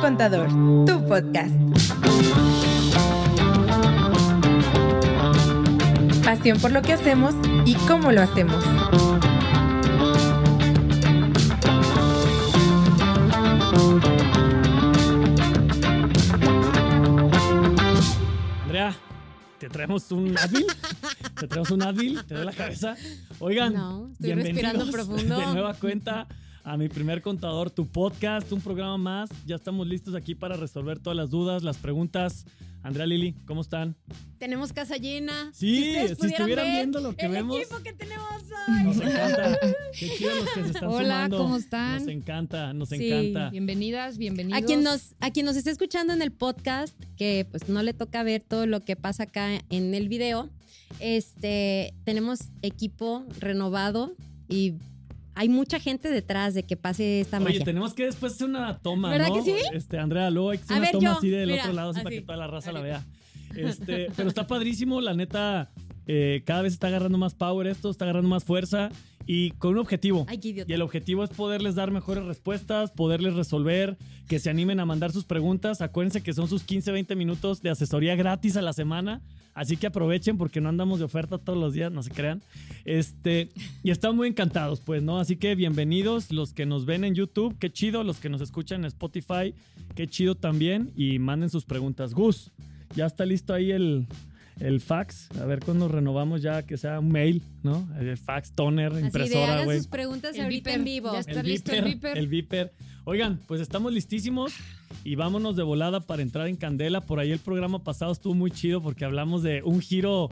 Contador, tu podcast. Pasión por lo que hacemos y cómo lo hacemos. Andrea, te traemos un Advil, te traemos un Advil, te doy la cabeza. Oigan, No, estoy respirando bienvenidos profundo. De nueva cuenta a mi primer contador, tu podcast, un programa más. Ya estamos listos aquí para resolver todas las dudas, las preguntas. Andrea Lili, ¿cómo están? Tenemos casa llena. Sí, ustedes si pudieran estuvieran ver viendo lo que el vemos. equipo que tenemos Nos hoy. encanta. Qué chido los que se están Hola, sumando. ¿cómo están? Nos encanta, nos Sí, encanta. bienvenidas, bienvenidos. A quien, nos, a quien nos está escuchando en el podcast, que pues no le toca ver todo lo que pasa acá en el video, este, tenemos equipo renovado y hay mucha gente detrás de que pase esta Oye, magia. tenemos que después hacer una toma, ¿Verdad ¿no? que sí? Este, Andrea, luego hay que hacer A una ver, toma yo, así del mira, otro lado, así, para así. que toda la raza A la ver. vea. Este, pero está padrísimo, la neta, eh, cada vez está agarrando más power esto, está agarrando más fuerza y con un objetivo. Ay, qué idiota. Y el objetivo es poderles dar mejores respuestas, poderles resolver, que se animen a mandar sus preguntas. Acuérdense que son sus 15, 20 minutos de asesoría gratis a la semana. Así que aprovechen porque no andamos de oferta todos los días, no se crean. Este, y están muy encantados, pues, ¿no? Así que bienvenidos los que nos ven en YouTube, qué chido, los que nos escuchan en Spotify, qué chido también. Y manden sus preguntas. Gus, ya está listo ahí el, el fax. A ver cuándo renovamos ya, que sea un mail, ¿no? El fax, toner, Así de impresora, hagan güey. sus preguntas El ahorita beeper. en vivo. Ya está. listo el beeper. El viper. Oigan, pues estamos listísimos y vámonos de volada para entrar en candela. Por ahí el programa pasado estuvo muy chido porque hablamos de un giro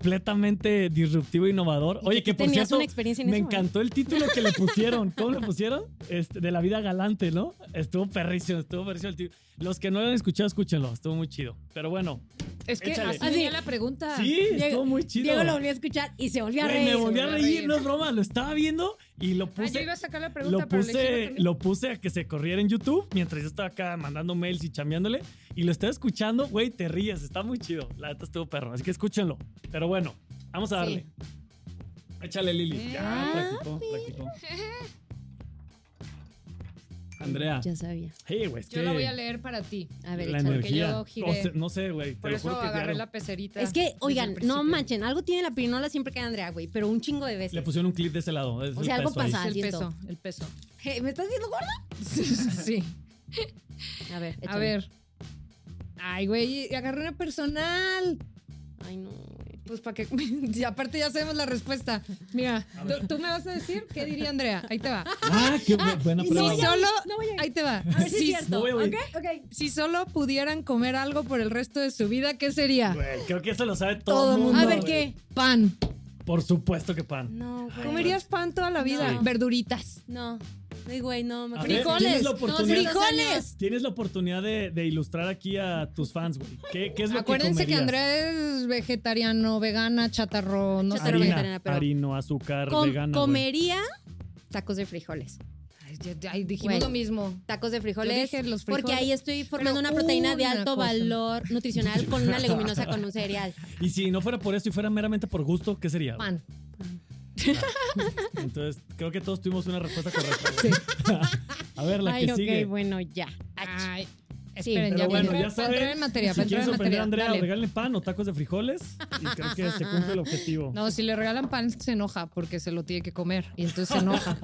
completamente disruptivo e innovador. Y Oye, tú que por tenías cierto, una experiencia en me eso, ¿verdad? encantó el título que le pusieron. ¿Cómo le pusieron? Este, de la vida galante, ¿no? Estuvo perrísimo, estuvo perrísimo el título. Los que no lo han escuchado, escúchenlo. Estuvo muy chido. Pero bueno, Es que Échale. así Así. venía la pregunta. sí, estuvo muy chido. Ah, Diego lo volvió a escuchar y se volvió a Güey, reír. me volví a volvió a reír, reír. no es broma. Lo estaba viendo y lo Ah, yo puse iba a sacar la pregunta lo para elegirla puse, también. lo puse a que se corriera en YouTube mientras yo estaba acá mandando mails y chambeándole. Y lo estaba escuchando, güey, te ríes, está muy chido. La neta estuvo perro, así que escúchenlo. Pero bueno, vamos a darle. Échale, Lili. Ya, Ah, practicó, practicó. Andrea. Ya sabía. Hey, güey, es Yo que la voy a leer para ti. A ver, la échale. energía. yo giré. O sea, no sé, güey, te Por lo eso juro que agarré claro. la pecerita. Es que, desde el oigan, principio. no manchen, algo tiene la pirinola siempre que Andrea, güey, pero un chingo de veces. Le pusieron un clip de ese lado. O sea, algo pasa. Es el Siento. peso, el peso. Hey, ¿Me estás diciendo gorda? sí. A ver, A échale. ver. Ay, güey, agarré una personal. Ay, no, güey. Pues para que. y aparte ya sabemos la respuesta. Mira, tú, tú me vas a decir qué diría Andrea. Ahí te va. Ah, qué bu- buena y Si prueba. voy a- solo. no voy a ir. Ahí te va. A ver si es Si- cierto. No voy a oír. Ok, Si solo pudieran comer algo por el resto de su vida, ¿qué sería? Güey, creo que eso lo sabe todo, Todo el mundo. mundo. A ver güey. qué. Pan. Por supuesto que pan. No, güey. Comerías pan toda la vida. No. Verduritas. No. Ay, güey, no. Me A ver, acuerdo. tienes Frijoles. la No, oportunidad. frijoles. Tienes la oportunidad de, de ilustrar aquí a tus fans, güey. ¿Qué, qué es lo Acuérdense que, que comerías? Andrea es vegetariano, vegana, chatarro, no Chatarro, sé. vegana. Harina, vegetariana, pero- harino, azúcar, Com- vegana, güey. comería tacos de frijoles. Ay, ya- ya- ay, dijimos Güey. lo mismo. Tacos de frijoles, Yo dije los frijoles. Porque ahí estoy formando Pero una proteína de una alto cosa. valor nutricional con una leguminosa con un cereal. Y si no fuera por esto y fuera meramente por gusto, ¿qué sería? güey? Pan. Entonces, creo que todos tuvimos una respuesta correcta. güey. a ver, la Ay, que ok, sigue. bueno, ya. Ach. Ay, Sí, esperen, Pero ya, bueno, para ya entrar- para entrar saben. en materia, si para entrar quieres en ofender a materia. Andrea, dale. regalen pan o tacos de frijoles. Y creo que se cumple el objetivo. No, si le regalan pan se enoja porque se lo tiene que comer y entonces se enoja.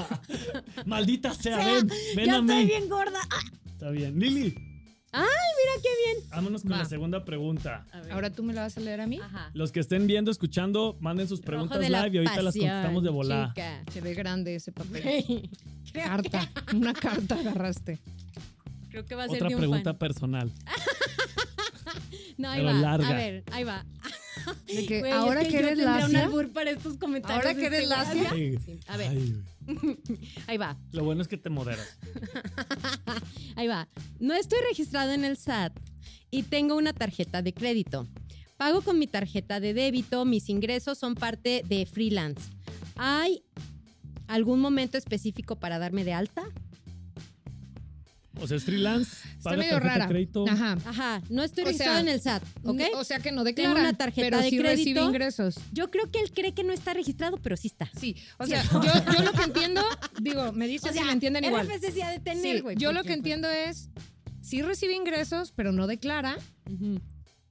Maldita sea, O sea, ven, ven ya a mí. estoy bien gorda. Ah, Está bien. Lili, mira qué bien. vámonos con Va. la segunda pregunta. A ver. Ahora tú me la vas a leer a mí. Ajá. Los que estén viendo, escuchando, manden sus preguntas Rojo de live la y ahorita las pasión, contestamos de volada. chica. Se ve grande ese papel. Güey, Carta, una carta agarraste. Creo que va a ser Otra de un pregunta fan. personal. No, ahí pero va. larga. A ver, ahí va. De que Güey, ahora es que yo eres tendría un lacia, albur para estos comentarios. Ahora que este, eres güey. lacia. Ay, A ver. ay, güey. Ahí va, lo bueno es que te moderas. ahí va. No estoy registrado en el SAT y tengo una tarjeta de crédito. Pago con mi tarjeta de débito, mis ingresos son parte de freelance. ¿Hay algún momento específico para darme de alta? O sea, es freelance, está paga medio tarjeta de rara. crédito. Ajá. Ajá, no estoy O registrado sea, en el SAT, ¿ok? No, O sea que Tengo no declara, una tarjeta pero de sí recibe crédito. ingresos. Yo creo que él cree que no está registrado, pero sí está. Sí, o sea, yo, yo lo que entiendo, digo, me dices si me entienden igual. RFC sí ha de tener, Sí, güey, yo lo porque, que pues, entiendo es, si sí recibe ingresos, pero no declara Ujú.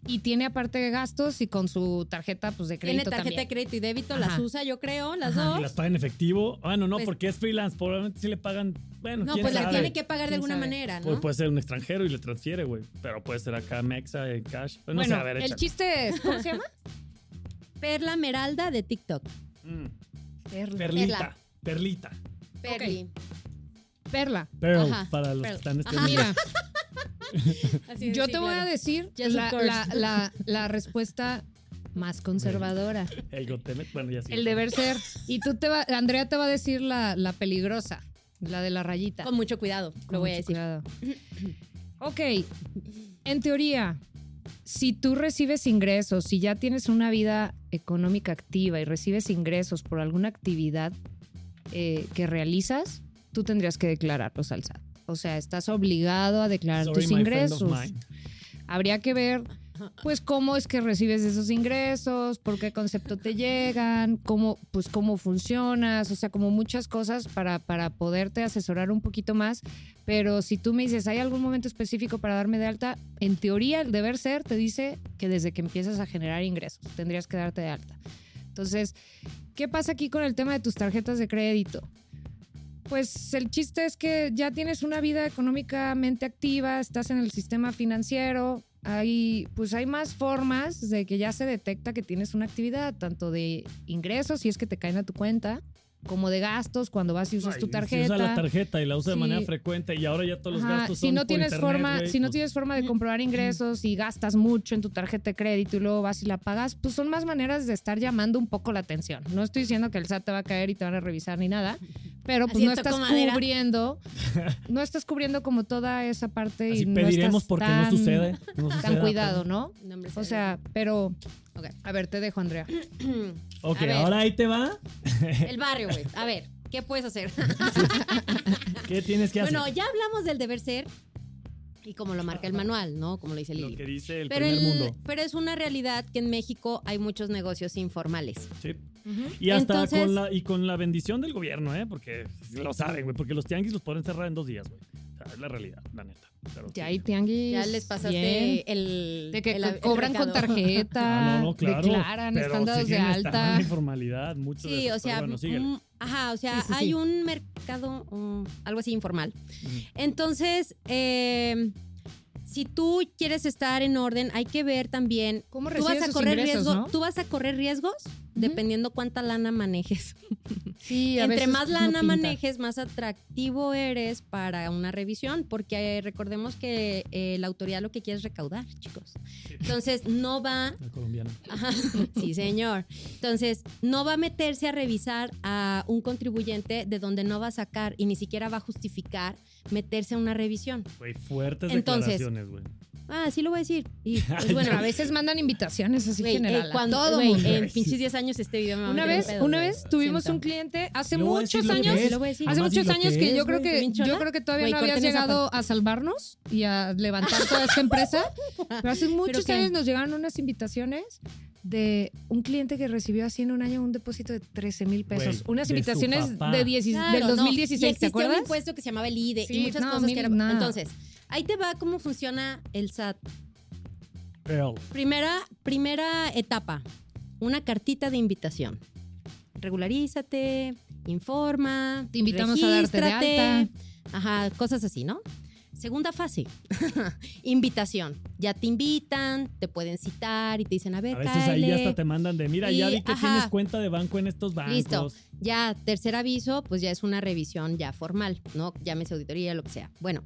y tiene aparte gastos y con su tarjeta pues de Tiene crédito tarjeta de también. crédito y débito, las Ajá. usa, yo creo, las Ajá. Y dos. las paga en efectivo. Ah, no, no, Pues- porque es freelance. Probablemente sí le pagan. Bueno, No, quién pues sabe. la tiene que pagar de ¿Quién alguna sabe? manera, ¿no? Pues puede ser un extranjero y le transfiere, güey. Pero puede ser acá Mexa en cash. Pues no bueno, sé, a ver, el échale. chiste es, ¿cómo se llama? Perla Meralda de TikTok. Mm, Perla. Perlita. Perlita. Perli. Perla. Pearl, Ajá, para los Pearl. que están Ajá. estudiando. Mira, Así de- yo sí, te voy claro. a decir Yes, of la, course. la- la- la respuesta más conservadora, El Gotemet, bueno, ya sí. el deber ser. Y tú te va, Andrea te va a decir la, la peligrosa, la de la rayita. Con mucho cuidado, lo voy a decir. Cuidado. Ok, en teoría, si tú recibes ingresos, si ya tienes una vida económica activa y recibes ingresos por alguna actividad eh, que realizas, tú tendrías que declararlos al SAT. O sea, estás obligado a declarar Sorry, tus my friend of ingresos. mine. Habría que ver, pues, cómo es que recibes esos ingresos, por qué concepto te llegan, cómo, pues, cómo funcionas, o sea, como muchas cosas para, para poderte asesorar un poquito más. Pero si tú me dices, ¿hay algún momento específico para darme de alta? En teoría, el deber ser te dice que desde que empiezas a generar ingresos, tendrías que darte de alta. Entonces, ¿qué pasa aquí con el tema de tus tarjetas de crédito? Pues el chiste es que ya tienes una vida económicamente activa, estás en el sistema financiero, hay, pues hay más formas de que ya se detecta que tienes una actividad, tanto de ingresos, si es que te caen a tu cuenta, como de gastos, cuando vas y usas Ay, tu Si tarjeta. usa la tarjeta y la usa de Sí. manera frecuente y ahora ya todos los Ajá, gastos si son no por tienes internet, forma, güey, si no pues, tienes forma de comprobar ingresos y gastas mucho en tu tarjeta de crédito y luego vas y la pagas, pues son más maneras de estar llamando un poco la atención. No estoy diciendo que el SAT te va a caer y te van a revisar ni nada, pero pues no Asiento estás con madera. cubriendo, no estás cubriendo como toda esa parte Así y eh, no pediremos estás porque tan, no sucede. no tan suceda, cuidado, ¿no? No, hombre, O sí. sea, pero Ok. a ver, te dejo, Andrea. pero- Ok, A ver. ahora ahí te va. El barrio, güey. A ver, ¿qué puedes hacer? ¿Qué tienes que hacer? bueno, ya hablamos del deber ser y como lo marca el manual, ¿no? Como lo dice Lo que Lili. dice el Pero, primer el- mundo. pero es una realidad que en México hay muchos negocios informales. Sí. Y hasta Entonces- con la y con la bendición del gobierno, ¿eh? Porque lo saben, güey. Porque los tianguis los pueden cerrar en dos días, güey. O sea, es la realidad, la neta. Pero sí. Ya ahí tianguis. Ya les pasaste bien. el. de que el- el cobran con recado. tarjeta, Ah, no, no, claro. declaran, pero están dados de siguen estando alta. en informalidad, muchos de Sí, esos, o sea, pero bueno, síguele. mm, ajá, o sea, Sí, sí, sí. hay un mercado, mm, algo así informal. Ujú. mm. Entonces, eh, si tú quieres estar en orden, hay que ver también. ¿Cómo Tú vas recibes a sus correr ingresos, riesgo- no? tú vas a correr riesgos dependiendo cuánta lana manejes. Sí, a Entre veces más no lana pinta. manejes, más atractivo eres para una revisión, porque eh, recordemos que eh, la autoridad lo que quiere es recaudar, chicos. Entonces, no va El colombiano. Ajá, sí, señor. Entonces, no va a meterse a revisar a un contribuyente de donde no va a sacar y ni siquiera va a justificar meterse a una revisión. Güey, fuertes Entonces, declaraciones, güey. Ah, sí lo voy a decir. Y pues, bueno, Bueno, a veces mandan invitaciones así güey, eh, general. a cuando todo güey, mundo. en pinches 10 años este video me va a eh, Una meter vez, en pedos, una güey. vez tuvimos Siento. un cliente hace Yo voy a muchos decir lo que años. es. Lo voy a decir. Hace Nomás muchos di lo años que que es, yo creo güey, que bien yo chola. creo que todavía Güey, no habías corten esa llegado a salvarnos y a levantar toda esta empresa. Pero hace muchos qué? años nos llegaron unas invitaciones de un cliente que recibió así en un año un depósito de 13 mil pesos. Güey, de unas su invitaciones papá. de 10 Claro, del no. 2016, Y ¿te existía acuerdas? un impuesto que se llamaba el IDE Sí, y muchas no, cosas mil- que eran. nada. Entonces, ahí te va cómo funciona el SAT. Pearl. Primera, primera etapa, una cartita de invitación. Regularízate, informa, Te invitamos a darte de regístrate. alta. Ajá, cosas así, ¿no? Segunda fase, invitación. Ya te invitan, te pueden citar y te dicen, a ver, A veces ahí cáele. ya hasta te mandan de, mira, ya Y, vi que ajá. tienes cuenta de banco en estos bancos. Listo. Ya, tercer aviso, pues ya es una revisión ya formal, ¿no? Llámese auditoría, lo que sea. Bueno,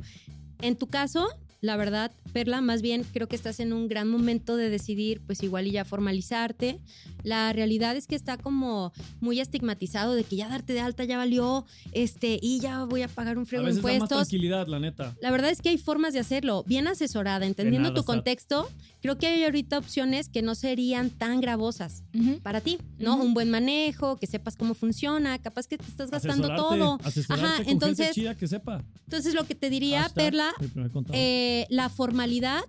en tu caso, la verdad, Perla, más bien creo que estás en un gran momento de decidir, pues igual y ya formalizarte. La realidad es que está como muy estigmatizado de que ya darte de alta ya valió, este, y ya voy a pagar un A friego de veces da más impuestos. tranquilidad, la neta. La verdad es que hay formas de hacerlo, bien asesorada, entendiendo nada, tu Sat. contexto. Creo que hay ahorita opciones que no serían tan gravosas Ujú. para ti, ¿no? Ujú. Un buen manejo, que sepas cómo funciona, capaz que te estás gastando Asesorarte, todo. Asesorarte Ajá, con entonces- gente chida que sepa. Entonces lo que te diría, Hashtag, Perla, mi primer contador. eh, la formalidad,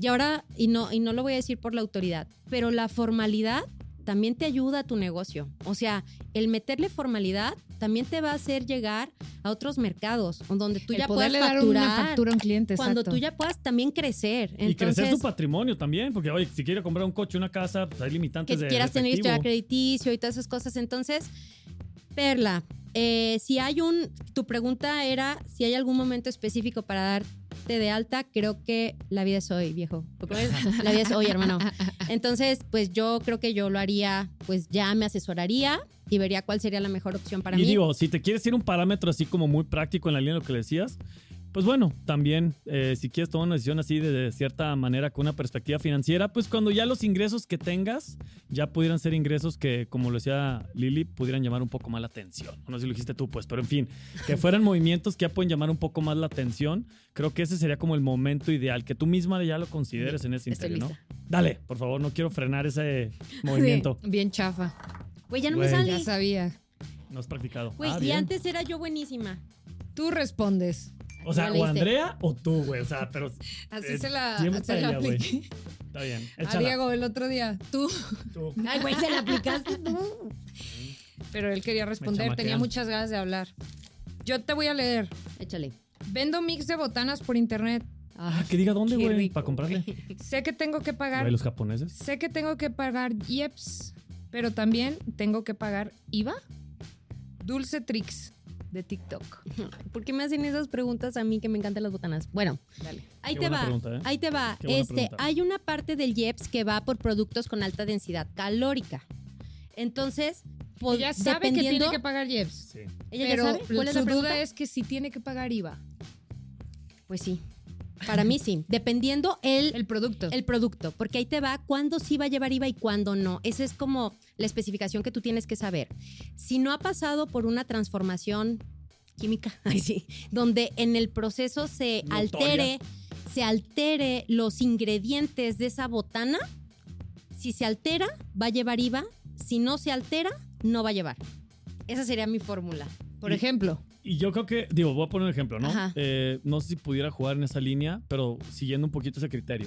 y ahora, y no, y no lo voy a decir por la autoridad, pero la formalidad también te ayuda a tu negocio. O sea, el meterle formalidad también te va a hacer llegar a otros mercados o donde tú El ya puedas poderle dar una facturar. factura a un cliente, cuando exacto. tú ya puedas también crecer. Y crecer Entonces, tu patrimonio también, porque oye, si quiere comprar un coche, una casa, pues hay que limitantes de quieras tener efectivo. historia crediticio y todas esas cosas. Entonces, Perla, eh, si hay un, tu pregunta era si hay algún momento específico para darte de alta, creo que la vida es hoy, viejo. ¿O cómo es? La vida es hoy, hermano. Entonces, pues yo creo que yo lo haría, pues ya me asesoraría y vería cuál sería la mejor opción para y mí. digo, si te quieres ir a un parámetro así como muy práctico en la línea de lo que le decías, pues bueno, también eh, si quieres tomar una decisión así de, de cierta manera con una perspectiva financiera, pues cuando ya los ingresos que tengas ya pudieran ser ingresos que, como lo decía Lili, pudieran llamar un poco más la atención. No sé si lo dijiste tú, pues, pero en fin, que fueran movimientos que ya pueden llamar un poco más la atención. Creo que ese sería como el momento ideal, que tú misma ya lo consideres en ese Estoy interior, ¿no? lista. Dale, por favor, no quiero frenar ese movimiento. Bien chafa. Güey, ya no Güey, me Ya sale. sabía. No has practicado. Güey, Ah, y bien. antes era yo buenísima. Tú respondes. O sea, Ya o leíste. Andrea o tú, güey. O sea, pero Así Eh, se la, siempre se la ella, güey. apliqué está bien. a Échala. Ah, Diego el otro día. Tú. Tú. Ay, güey, se la aplicaste tú. Pero él quería responder, chamaquean. tenía muchas ganas de hablar. Yo te voy a leer. Échale. Vendo mix de botanas por internet. Ah, que diga dónde, Qué güey, rico, para comprarle. Sé que tengo que pagar. Güey, los japoneses. Sé que tengo que pagar IEPS, pero también tengo que pagar IVA. Dulce Tricks de TikTok. ¿Por qué me hacen esas preguntas a mí que me encantan las botanas? Bueno, Dale. ahí Qué te buena va. pregunta, ¿eh? Ahí te va. Qué buena Este, pregunta. hay una parte del IEPS que va por productos con alta densidad calórica. Entonces, pues, Ella sabe que tiene dependiendo- que pagar IEPS. Sí. ella pero ya sabe cuál es su la pregunta. duda es que si tiene que pagar IVA. Pues sí. Para mí sí, dependiendo el, El producto. el producto, porque ahí te va cuándo sí va a llevar IVA y cuándo no. Esa es como la especificación que tú tienes que saber. Si no ha pasado por una transformación química, ay, sí, donde en el proceso se Notoria. altere, se altere los ingredientes de esa botana, si se altera, va a llevar IVA. Si no se altera, no va a llevar. Esa sería mi fórmula. por ejemplo. Y yo creo que, digo, voy a poner un ejemplo, ¿no? Ajá. Eh, no sé si pudiera jugar en esa línea, pero siguiendo un poquito ese criterio.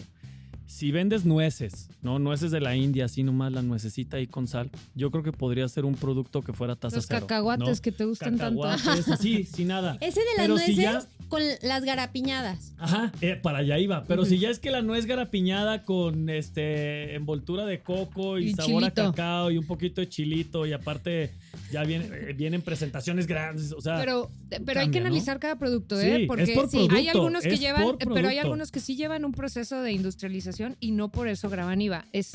Si vendes nueces, ¿no? Nueces de la India, así nomás, la nuececita ahí con sal, yo creo que podría ser un producto que fuera tasa Los cero. cacahuates ¿no? que te gustan tanto. Cacahuates, así, sin nada. Ese de las Pero si nueces ya- con las garapiñadas. Ajá, eh, para allá iba. Pero Ujú. si ya es que la nuez garapiñada con este envoltura de coco y, Y sabor a chilito. cacao y un poquito de chilito y aparte ya viene- eh, vienen presentaciones grandes, o sea, Pero, pero hay que Cambia, ¿no? analizar cada producto, Sí, ¿eh? es Porque por sí, hay producto, algunos que es llevan, por pero hay producto. algunos que sí llevan un proceso de industrialización y no por eso graban IVA. Es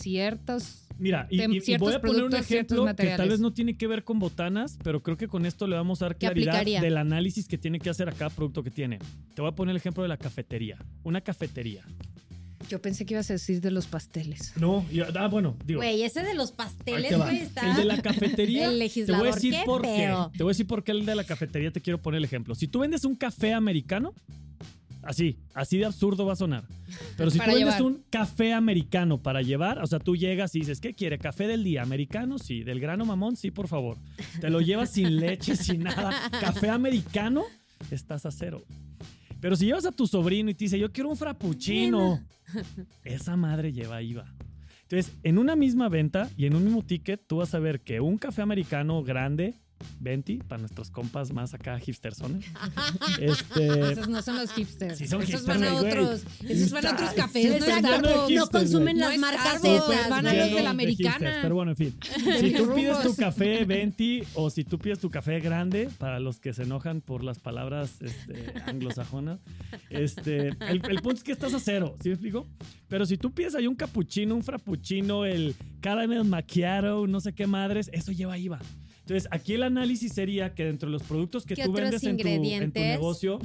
ciertos. mira, y, de y- y ciertos voy a poner un productos, ciertos ejemplo que tal materiales. vez no tiene que ver con botanas, pero creo que con esto le vamos a dar Que claridad aplicaría. del análisis que tiene que hacer a cada producto que tiene. Te voy a poner el ejemplo de la cafetería. Una cafetería. Yo pensé que ibas a decir de los pasteles. No, y- ah, bueno, digo. Güey, ese de los ahí pasteles, te va. güey, está. El de la cafetería El Te legislador, voy a decir qué por qué. pedo. Te voy a decir por qué el de la cafetería te quiero poner el ejemplo. Si tú vendes un café americano, así, así de absurdo va a sonar. Pero si Para tú vendes llevar. un café americano para llevar, o sea, tú llegas y dices, ¿qué quiere? ¿Café del día? ¿Americano? Sí. ¿Del grano mamón? Sí, por favor. Te lo llevas sin leche, sin nada. ¿Café americano? Estás a cero. Pero si llevas a tu sobrino y te dice, yo quiero un frappuccino, esa madre lleva IVA. Entonces, en una misma venta y en un mismo ticket, tú vas a ver que un café americano grande, 20, para nuestros compas más acá hipstersones, este, Esos no son los hipsters. Sí son esos hipsters, van a güey. otros. Esos van a otros cafés. Exacto, no ya no Starbucks. existe. no güey. consumen las No marcas Starbucks, pues, estas, van a güey. las de la de americana. hipsters, pero bueno, en fin. Si tú pides tu café 20 o si tú pides tu café grande, para los que se enojan por las palabras este, anglosajonas, este, el, el punto es que estás a cero, ¿sí me explico? Pero si tú pides ahí un cappuccino, un frappuccino, el caramel macchiato, no sé qué madres, eso lleva IVA. Entonces, aquí el análisis sería que dentro de los productos que ¿Qué tú otros vendes en tu, en tu ingredientes? negocio,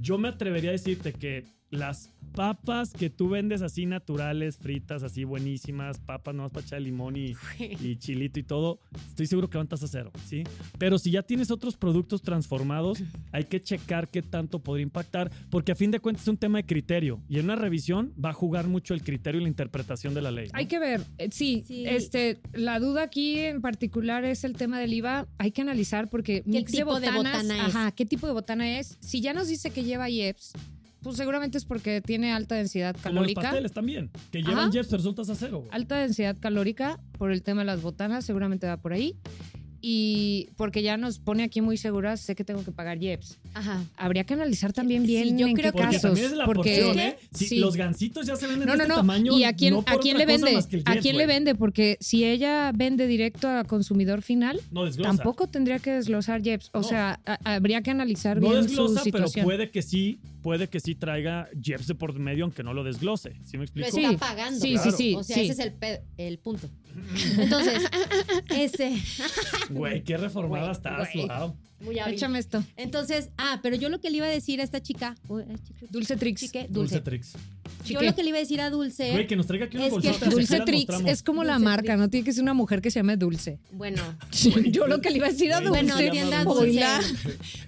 yo me atrevería a decirte que las papas que tú vendes así naturales, fritas, así buenísimas, papas nomás para echar limón y, y chilito y todo, estoy seguro que van tasa cero, ¿sí? Pero si ya tienes otros productos transformados, hay que checar qué tanto podría impactar, porque a fin de cuentas es un tema de criterio y en una revisión va a jugar mucho el criterio y la interpretación de la ley. ¿no? Hay que ver, eh, sí, Sí. este, la duda aquí en particular es el tema del IVA. Hay que analizar porque mix de tipo de botanas, botana es? ajá, qué tipo de botana es. Si ya nos dice que lleva IEPS, pues seguramente es porque tiene alta densidad Como los calórica. pasteles también, que llevan Ajá. jeps, resultas a cero. güey. Alta densidad calórica por el tema de las botanas, seguramente va por ahí. Y porque ya nos pone aquí muy seguras, sé que tengo que pagar IEPS. Ajá. Habría que analizar también Sí, bien yo en creo qué que- Porque casos. también es la porque porción, ¿eh? Si sí. los gancitos ya se venden No, de no, este no. tamaño. ¿Y a quién, no por a quién otra le cosa vende? más que el eh? ¿A Jets, quién le güey. vende? Porque si ella vende directo a consumidor final, No desglosa. tampoco tendría que desglosar Jeps. No. O sea, a- habría que analizar No bien su desglosa, pero situación. puede que sí, puede que sí traiga jeps de por medio, aunque no lo desglose. ¿Sí me Lo explico? Sí, está pagando. sí, sí, sí, O sea, sí. ese es el, pe- el punto. Entonces, ese. Güey, qué reformada Güey, estás, güey. wow. Muy hábil. Échame esto. Entonces, ah, pero yo lo que le iba a decir a esta chica. uy, ay, chica, Dulce Trix. chique, Dulce, dulce. Trix. Yo lo que le iba a decir a Dulce. Güey, que nos traiga aquí unas Es que- bolsitas. aquí Dulce las Trix mostramos. es como la Dulce marca, Trix. no tiene que ser una mujer que se llame Dulce. Bueno, Yo lo que le iba a decir a Bueno, Dulce. se llama Dulce. Dulce. Hola.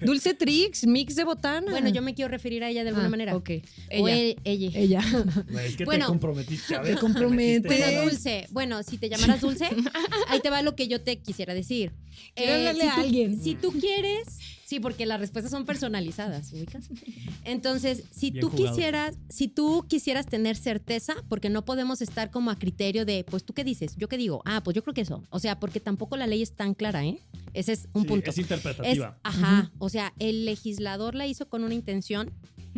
Dulce Trix, mix de botana. bueno, yo me quiero referir a ella de alguna Ah, manera. Ok. O Ella. el- ella. Ella. Güey, es que te Bueno. comprometiste. a ver, Te comprometes. metiste, Bueno, ¿verdad? Dulce, bueno, si te llamaras Dulce, ahí te va lo que yo te quisiera decir. Eh, Quiero hablarle si a tú- alguien. Si tú quieres, sí, porque las respuestas son personalizadas, ¿ubicas? Entonces, si Bien tú jugado. quisieras, si tú quisieras tener certeza, porque no podemos estar como a criterio de, pues tú qué dices, yo qué digo, ah, pues yo creo que eso. O sea, porque tampoco la ley es tan clara, ¿eh? Ese es un Sí, punto. Es interpretativa, Es- ajá, o sea, el legislador la hizo con una intención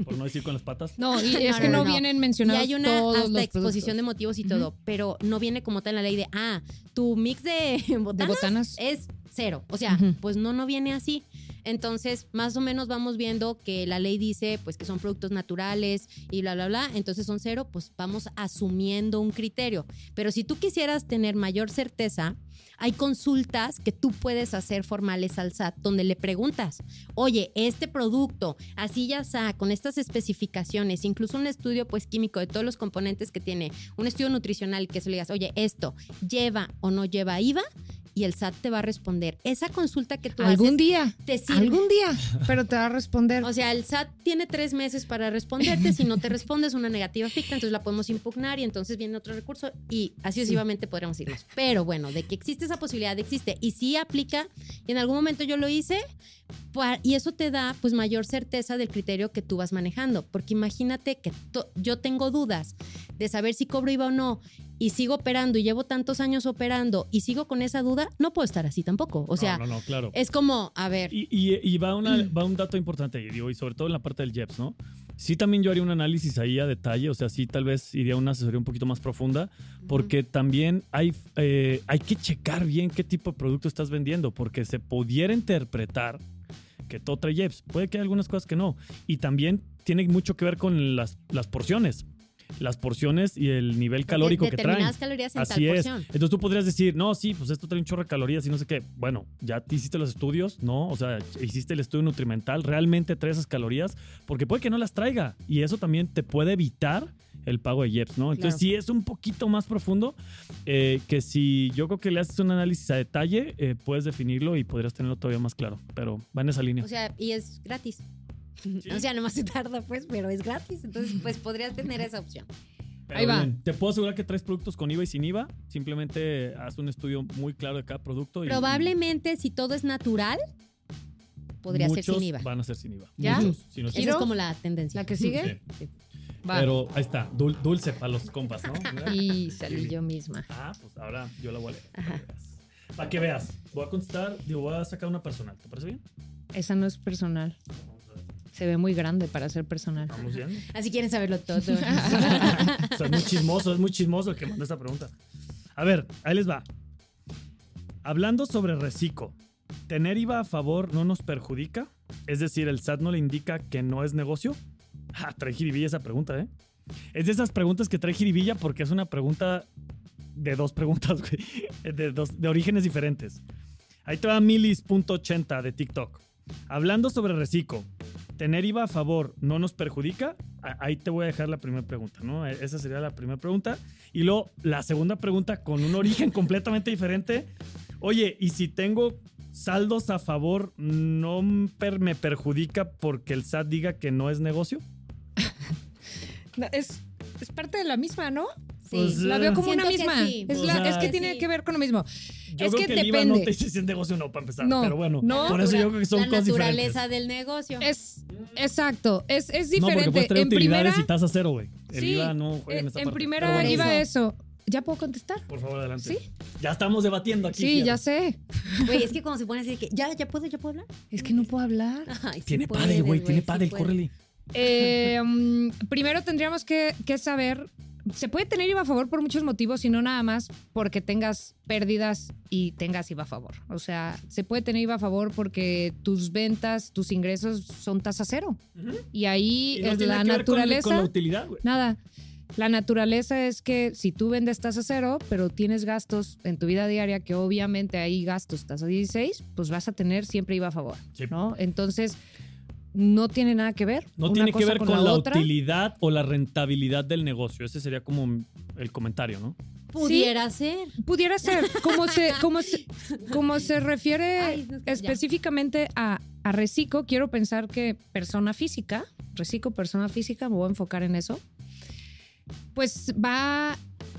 por no decir con las patas. No, y No, es que no, no, no. vienen Y mencionados hay una todos hasta los exposición de productos. motivos y todo, pero no viene como tal la ley de, ah, tu mix de de botanas botanas. es cero. O sea, Ujú. pues no, no viene así. Entonces, más o menos vamos viendo que la ley dice, pues que son productos naturales y bla, bla, bla. Entonces son cero, pues vamos asumiendo un criterio. Pero si tú quisieras tener mayor certeza, hay consultas que tú puedes hacer formales al SAT, donde le preguntas, oye, este producto, así ya sea, con estas especificaciones, incluso un estudio pues químico de todos los componentes que tiene, un estudio nutricional que se le digas, oye, esto lleva o no lleva IVA, y el SAT te va a responder. Esa consulta que tú Algún haces día. te sirve. Algún día. Pero te va a responder. O sea, el SAT tiene tres meses para responderte. Si no te respondes una negativa ficta, entonces la podemos impugnar y entonces viene otro recurso y así sucesivamente podríamos irnos. Pero bueno, de que existe esa posibilidad, existe. Y sí aplica. Y en algún momento yo lo hice pa- y eso te da pues mayor certeza del criterio que tú vas manejando. Porque imagínate que to- yo tengo dudas de saber si cobro IVA o no y sigo operando y llevo tantos años operando y sigo con esa duda, no puedo estar así tampoco. O sea, No, no, no, claro. es como, a ver, Y, y- y va, una, va un dato importante, y digo, y sobre todo en la parte del JEPS, ¿no? Sí, también yo haría un análisis ahí a detalle, o sea, sí, tal vez iría a una asesoría un poquito más profunda, porque también hay, eh, hay que checar bien qué tipo de producto estás vendiendo, porque se pudiera interpretar que todo trae JEPS. Puede que haya algunas cosas que no. Y también tiene mucho que ver con las, las porciones. Las porciones y el nivel calórico de- que traen. determinadas calorías en tal Así es. porción. Entonces tú podrías decir, no, sí, pues esto trae un chorro de calorías y no sé qué. Bueno, ya te hiciste los estudios, ¿no? O sea, hiciste el estudio nutrimental, realmente trae esas calorías, porque puede que no las traiga. Y eso también te puede evitar el pago de IEPS, ¿no? Entonces Claro. sí es un poquito más profundo eh, que si yo creo que le haces un análisis a detalle, eh, puedes definirlo y podrías tenerlo todavía más claro. Pero va en esa línea. O sea, y es gratis. O sea, nomás se tarda, pues, pero es gratis. Entonces, pues podrías tener esa opción. Pero Ahí va. bien, Te puedo asegurar que traes productos con IVA y sin IVA. Simplemente haz un estudio muy claro de cada producto. Y, Probablemente, si todo es natural, podría ser Muchos sin IVA. Van a ser sin IVA. ¿Ya? Muchos, si no es Esa es Giro. como la tendencia. ¿La que sigue? Va. Pero ahí está, dul- dulce para los compas, ¿no? Y salí yo misma. Ah, pues ahora yo la voy a leer. Ajá. Para que veas. Voy a contestar, digo, voy a sacar una personal. ¿Te parece bien? Esa no es personal. Vamos a ver, Se ve muy grande para ser personal. Vamos bien. Así Ah, quieren saberlo todo. O sea, es muy chismoso, es muy chismoso el que manda esta pregunta. A ver, ahí les va. Hablando sobre reciclo, ¿tener IVA a favor no nos perjudica? Es decir, ¿el SAT no le indica que no es negocio? Ah, trae jiribilla esa pregunta, ¿eh? Es de esas preguntas que trae jiribilla porque es una pregunta de dos preguntas, güey. De, dos, de orígenes diferentes. Ahí te va milis.80 de TikTok. Hablando sobre reciclo, ¿Tener IVA a favor no nos perjudica? A- Ahí te voy a dejar la primera pregunta, ¿no? E- Esa sería la primera pregunta. Y luego la segunda pregunta con un origen completamente diferente. Oye, ¿y si tengo saldos a favor, no m- per- me perjudica porque el SAT diga que no es negocio? es, es parte de la misma, ¿no? Pues, La veo como Siento una que misma. sí. Es, O la- sea, es que que tiene sí. que ver con lo mismo. Yo es creo que, que, el IVA no depende. te dice si es negocio o no, para empezar. No, pero bueno, no. por eso yo creo que son la cosas diferentes. naturaleza del negocio. Es exacto, es, es No, porque diferente. puedes tener en utilidades primera, y tasa cero, güey. El Sí, IVA no juega en en, esta en parte. primera Pero bueno, IVA- iba eso. ¿Ya puedo contestar? Por favor, adelante. Sí. Ya estamos debatiendo aquí. Sí, fíjate. ya sé. Güey, es que cuando se pone así de que ya, ya puedo, ya puedo hablar. Es que no puedo hablar. Ay, sí Tiene puedes, padre, güey, tiene sí padre, puedes. córrele. Eh, mm, primero tendríamos que, que saber. Se puede tener IVA a favor por muchos motivos y no nada más porque tengas pérdidas y tengas IVA a favor. O sea, se puede tener IVA a favor porque tus ventas, tus ingresos son tasa cero. Y ahí Y no es tiene la que ver con- naturaleza. Con, la utilidad, güey. Nada. La naturaleza es que si tú vendes tasa cero, pero tienes gastos en tu vida diaria, que obviamente hay gastos tasa 16, pues vas a tener siempre IVA a favor, Sí. ¿no? Entonces, no tiene nada que ver. No una tiene que cosa ver con, la, otra. utilidad o la rentabilidad del negocio. Ese sería como el comentario, ¿no? Pudiera ser. Pudiera ser, como se, como se, como se refiere Ay, no, ya. específicamente a, a reciclo, quiero pensar que persona física, reciclo, persona física, me voy a enfocar en eso, pues va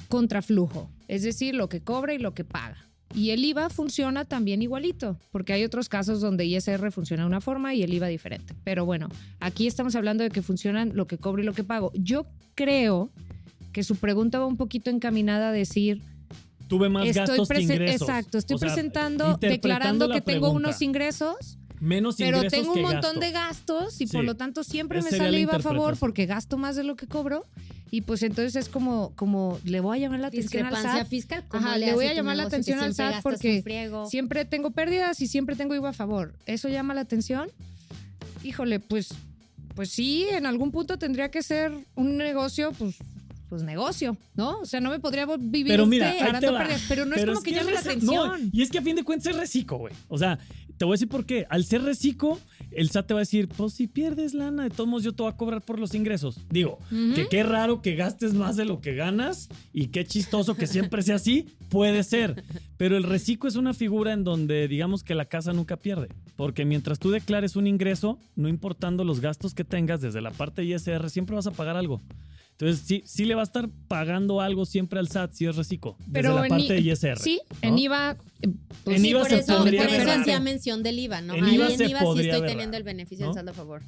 contra flujo, es decir, lo que cobra y lo que paga. Y el IVA funciona también igualito, porque hay otros casos donde ISR funciona de una forma y el IVA diferente. Pero bueno, aquí estamos hablando de que funcionan lo que cobro y lo que pago. Yo creo que su pregunta va un poquito encaminada a decir, Tuve más gastos que presen- ingresos. Exacto, estoy O sea, presentando, interpretando declarando la que tengo pregunta. unos ingresos, Menos pero ingresos tengo un que montón gastos. de gastos y por Sí. lo tanto siempre Esa me sería sale la IVA a favor interpretación. porque gasto más de lo que cobro y pues entonces es como, como le voy a llamar la atención al Discrepancia SAT. fiscal. Ajá, le voy a llamar la atención al SAT porque siempre Siempre tengo pérdidas y siempre tengo IVA a favor. ¿Eso llama la atención? Híjole, pues, pues sí, en algún punto tendría que ser un negocio, pues pues negocio, ¿no? O sea, no me podría vivir Pero mira, este ahí te barato va. pérdidas, pero no Pero es como que, es llame la reci- no, atención. y es que a fin de cuentas es reciclo, güey. O sea, te voy a decir por qué. Al ser reciclo, el SAT te va a decir, pues si pierdes lana, de todos modos yo te voy a cobrar por los ingresos. Digo, Ujú. que qué raro que gastes más de lo que ganas y qué chistoso que siempre sea así, puede ser. Pero el reciclo es una figura en donde digamos que la casa nunca pierde. Porque mientras tú declares un ingreso, no importando los gastos que tengas desde la parte de ISR, siempre vas a pagar algo. Entonces, sí, sí le va a estar pagando algo siempre al SAT si es reciclo. Desde Pero la en parte de i- ISR. Sí, ¿no? en IVA. eh, pues En sí, IVA por por se eso, eso, por podría por eso ver. hacía hacía- mención del IVA, ¿no? En Ahí IVA en se IVA sí podría estoy ver, teniendo el beneficio ¿no? del saldo a favor.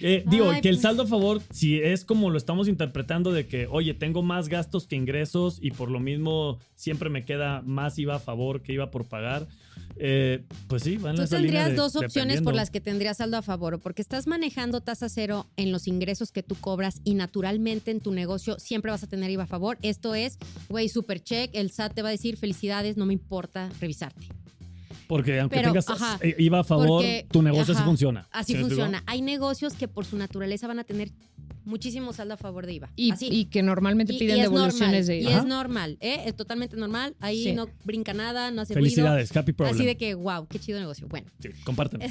Eh, digo, Ay, que el pues. saldo a favor, si es como lo estamos interpretando de que, oye, tengo más gastos que ingresos y por lo mismo siempre me queda más IVA a favor que IVA por pagar, eh, pues sí, van Tú esa línea tendrías de- dos opciones dependiendo. por las que tendrías saldo a favor, o porque estás manejando tasa cero en los ingresos que tú cobras y naturalmente en tu negocio siempre vas a tener IVA a favor. Esto es, güey, super check, el SAT te va a decir felicidades, no me importa revisarte. Porque aunque Pero, tengas ajá, eh, IVA a favor, porque- tu negocio ajá, así funciona. Así ¿Sí me explico? funciona. Hay negocios que por su naturaleza van a tener muchísimo saldo a favor de IVA. Y, Así. y que normalmente Y- piden y es devoluciones normal, de Y IVA. Ajá. es normal, ¿eh? Es totalmente normal. Ahí Sí. no brinca nada, no hace ruido. Felicidades, happy problem. Así de que, wow, qué chido negocio. Bueno. Sí, compártelo.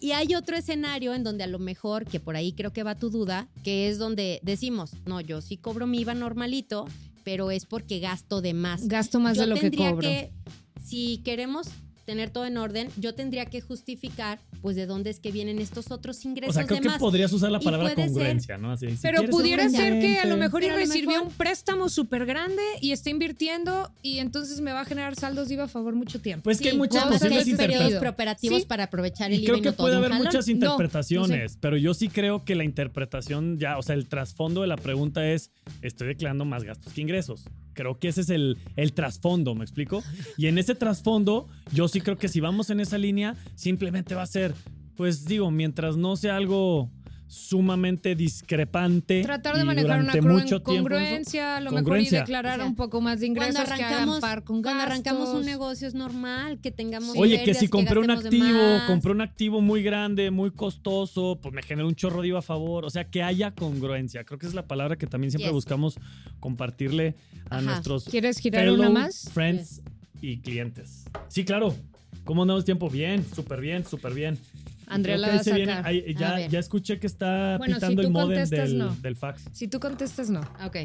y hay otro escenario en donde a lo mejor, que por ahí creo que va tu duda, que es donde decimos, no, yo sí cobro mi IVA normalito, pero es porque gasto de más. Gasto más Yo de lo que tendría cobro. si queremos tener todo en orden, yo tendría que justificar, pues, de dónde es que vienen estos otros O ingresos sea, creo de que más. podrías usar la Y palabra puede ser- congruencia, ¿no? Así, si Pero quieres pudiera ser ser que a lo congruente. mejor Pero a IVA lo recibió mejor- un préstamo súper grande y está invirtiendo y entonces me va a generar saldos de IVA a favor mucho tiempo. Pues que hay Sí, muchas vamos a claro, posibles que hay interpretar. interpretaciones. periodos cooperativos Sí. para aprovechar el Y IVA y creo no que todo puede de un haber jalón. muchas no sé. interpretaciones, pero yo sí creo que la interpretación ya, o sea, el trasfondo de la pregunta es, estoy declarando más gastos que ingresos. Creo que ese es el, el trasfondo, ¿me explico? Y en ese trasfondo, yo sí creo que si vamos en esa línea, simplemente va a ser, pues digo, mientras no sea algo sumamente discrepante. Tratar de y manejar una durante congru- mucho tiempo, congruencia, a lo Congruencia. mejor y declarar O sea, un poco más de ingresos cuando que hagan arrancamos, par con cuando arrancamos un gastos. negocio es normal que tengamos Oye, que pérdidas, si compré un gastemos de activo, más. compré un activo muy grande, muy costoso, pues me generó un chorro de IVA a favor. O sea, que haya congruencia. Creo que es la palabra que también siempre Yes. buscamos compartirle a Ajá. nuestros ¿Quieres girar fellow una más? friends y clientes. Sí, claro. ¿Cómo andamos de tiempo? Bien, súper bien, súper bien. Andrea Creo la que va ahí a se viene- sacar. ahí- A ya, ver. ya escuché que está Bueno, si pitando tú el modem contestas, del, no. del fax. Si tú contestas, no. Ok.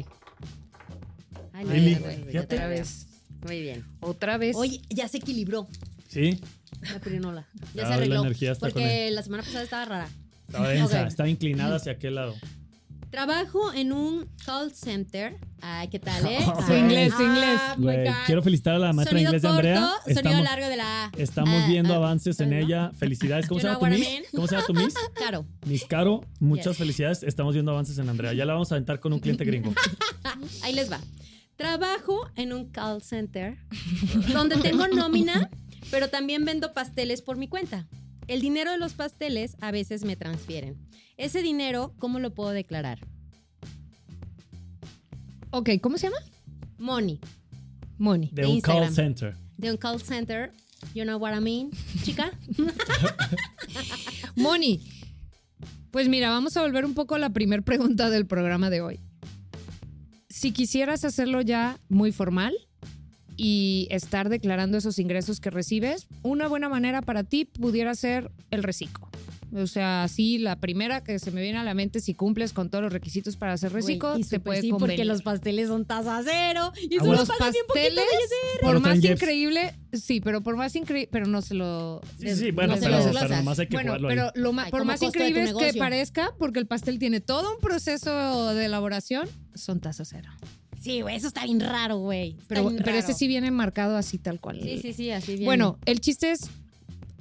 Ay, Eli, mira, güey, ya fíjate. te la Otra veo. vez. Muy bien. Otra vez. Oye, ya se equilibró Sí, la pirinola. Ah, Ya la se arregló. energía está con porque la semana pasada estaba rara. estaba densa, Ok. estaba inclinada hacia aquel lado. Trabajo en un call center. Ay, ¿qué tal, eh? Su Ay. inglés, su inglés. Ah, my Güey, God. quiero felicitar a la maestra de sonido inglés de corto, Andrea. sonido Estamos, largo de la A. estamos Ah, viendo ah, avances en ¿no? ella. Felicidades. ¿Cómo You se llama know tu what I miss? mean? ¿Cómo se llama tu miss? Claro. Miss Caro, muchas Yes. felicidades. Estamos viendo avances en Andrea. Ya la vamos a aventar con un cliente gringo. Ahí les va. Trabajo en un call center donde tengo nómina, pero también vendo pasteles por mi cuenta. El dinero de los pasteles a veces me transfieren. Ese dinero, ¿cómo lo puedo declarar? Ok, ¿cómo se llama? Money, Moni. De De un call Instagram. center. de un call center. You know what I mean, chica? Moni. Pues mira, vamos a volver un poco a la primera pregunta del programa de hoy. Si quisieras hacerlo ya muy formal y estar declarando esos ingresos que recibes, una buena manera para ti pudiera ser el reciclo. O sea, sí, la primera que se me viene a la mente, si cumples con todos los requisitos para hacer reciclo, Güey, y Pues te súper puede sí, convenir. porque los pasteles son tasa cero. Y solo Aguas. los pasan bien poquito pasteles, Pero por más traen Jeps. increíble, sí, pero por más increíble, pero no se lo... Sí, De- sí, bueno, no se pero, los pero glosas. nomás hay que bueno, jugarlo ahí. pero lo ma- Ay, por como más costo de tu increíble es que negocio. parezca, porque el pastel tiene todo un proceso de elaboración, son tasa cero. de- Sí, güey, eso está bien raro, güey. Está Pero, bien pero ese raro. sí viene marcado así tal cual. Sí, sí, sí, así bien. Bueno, el chiste es,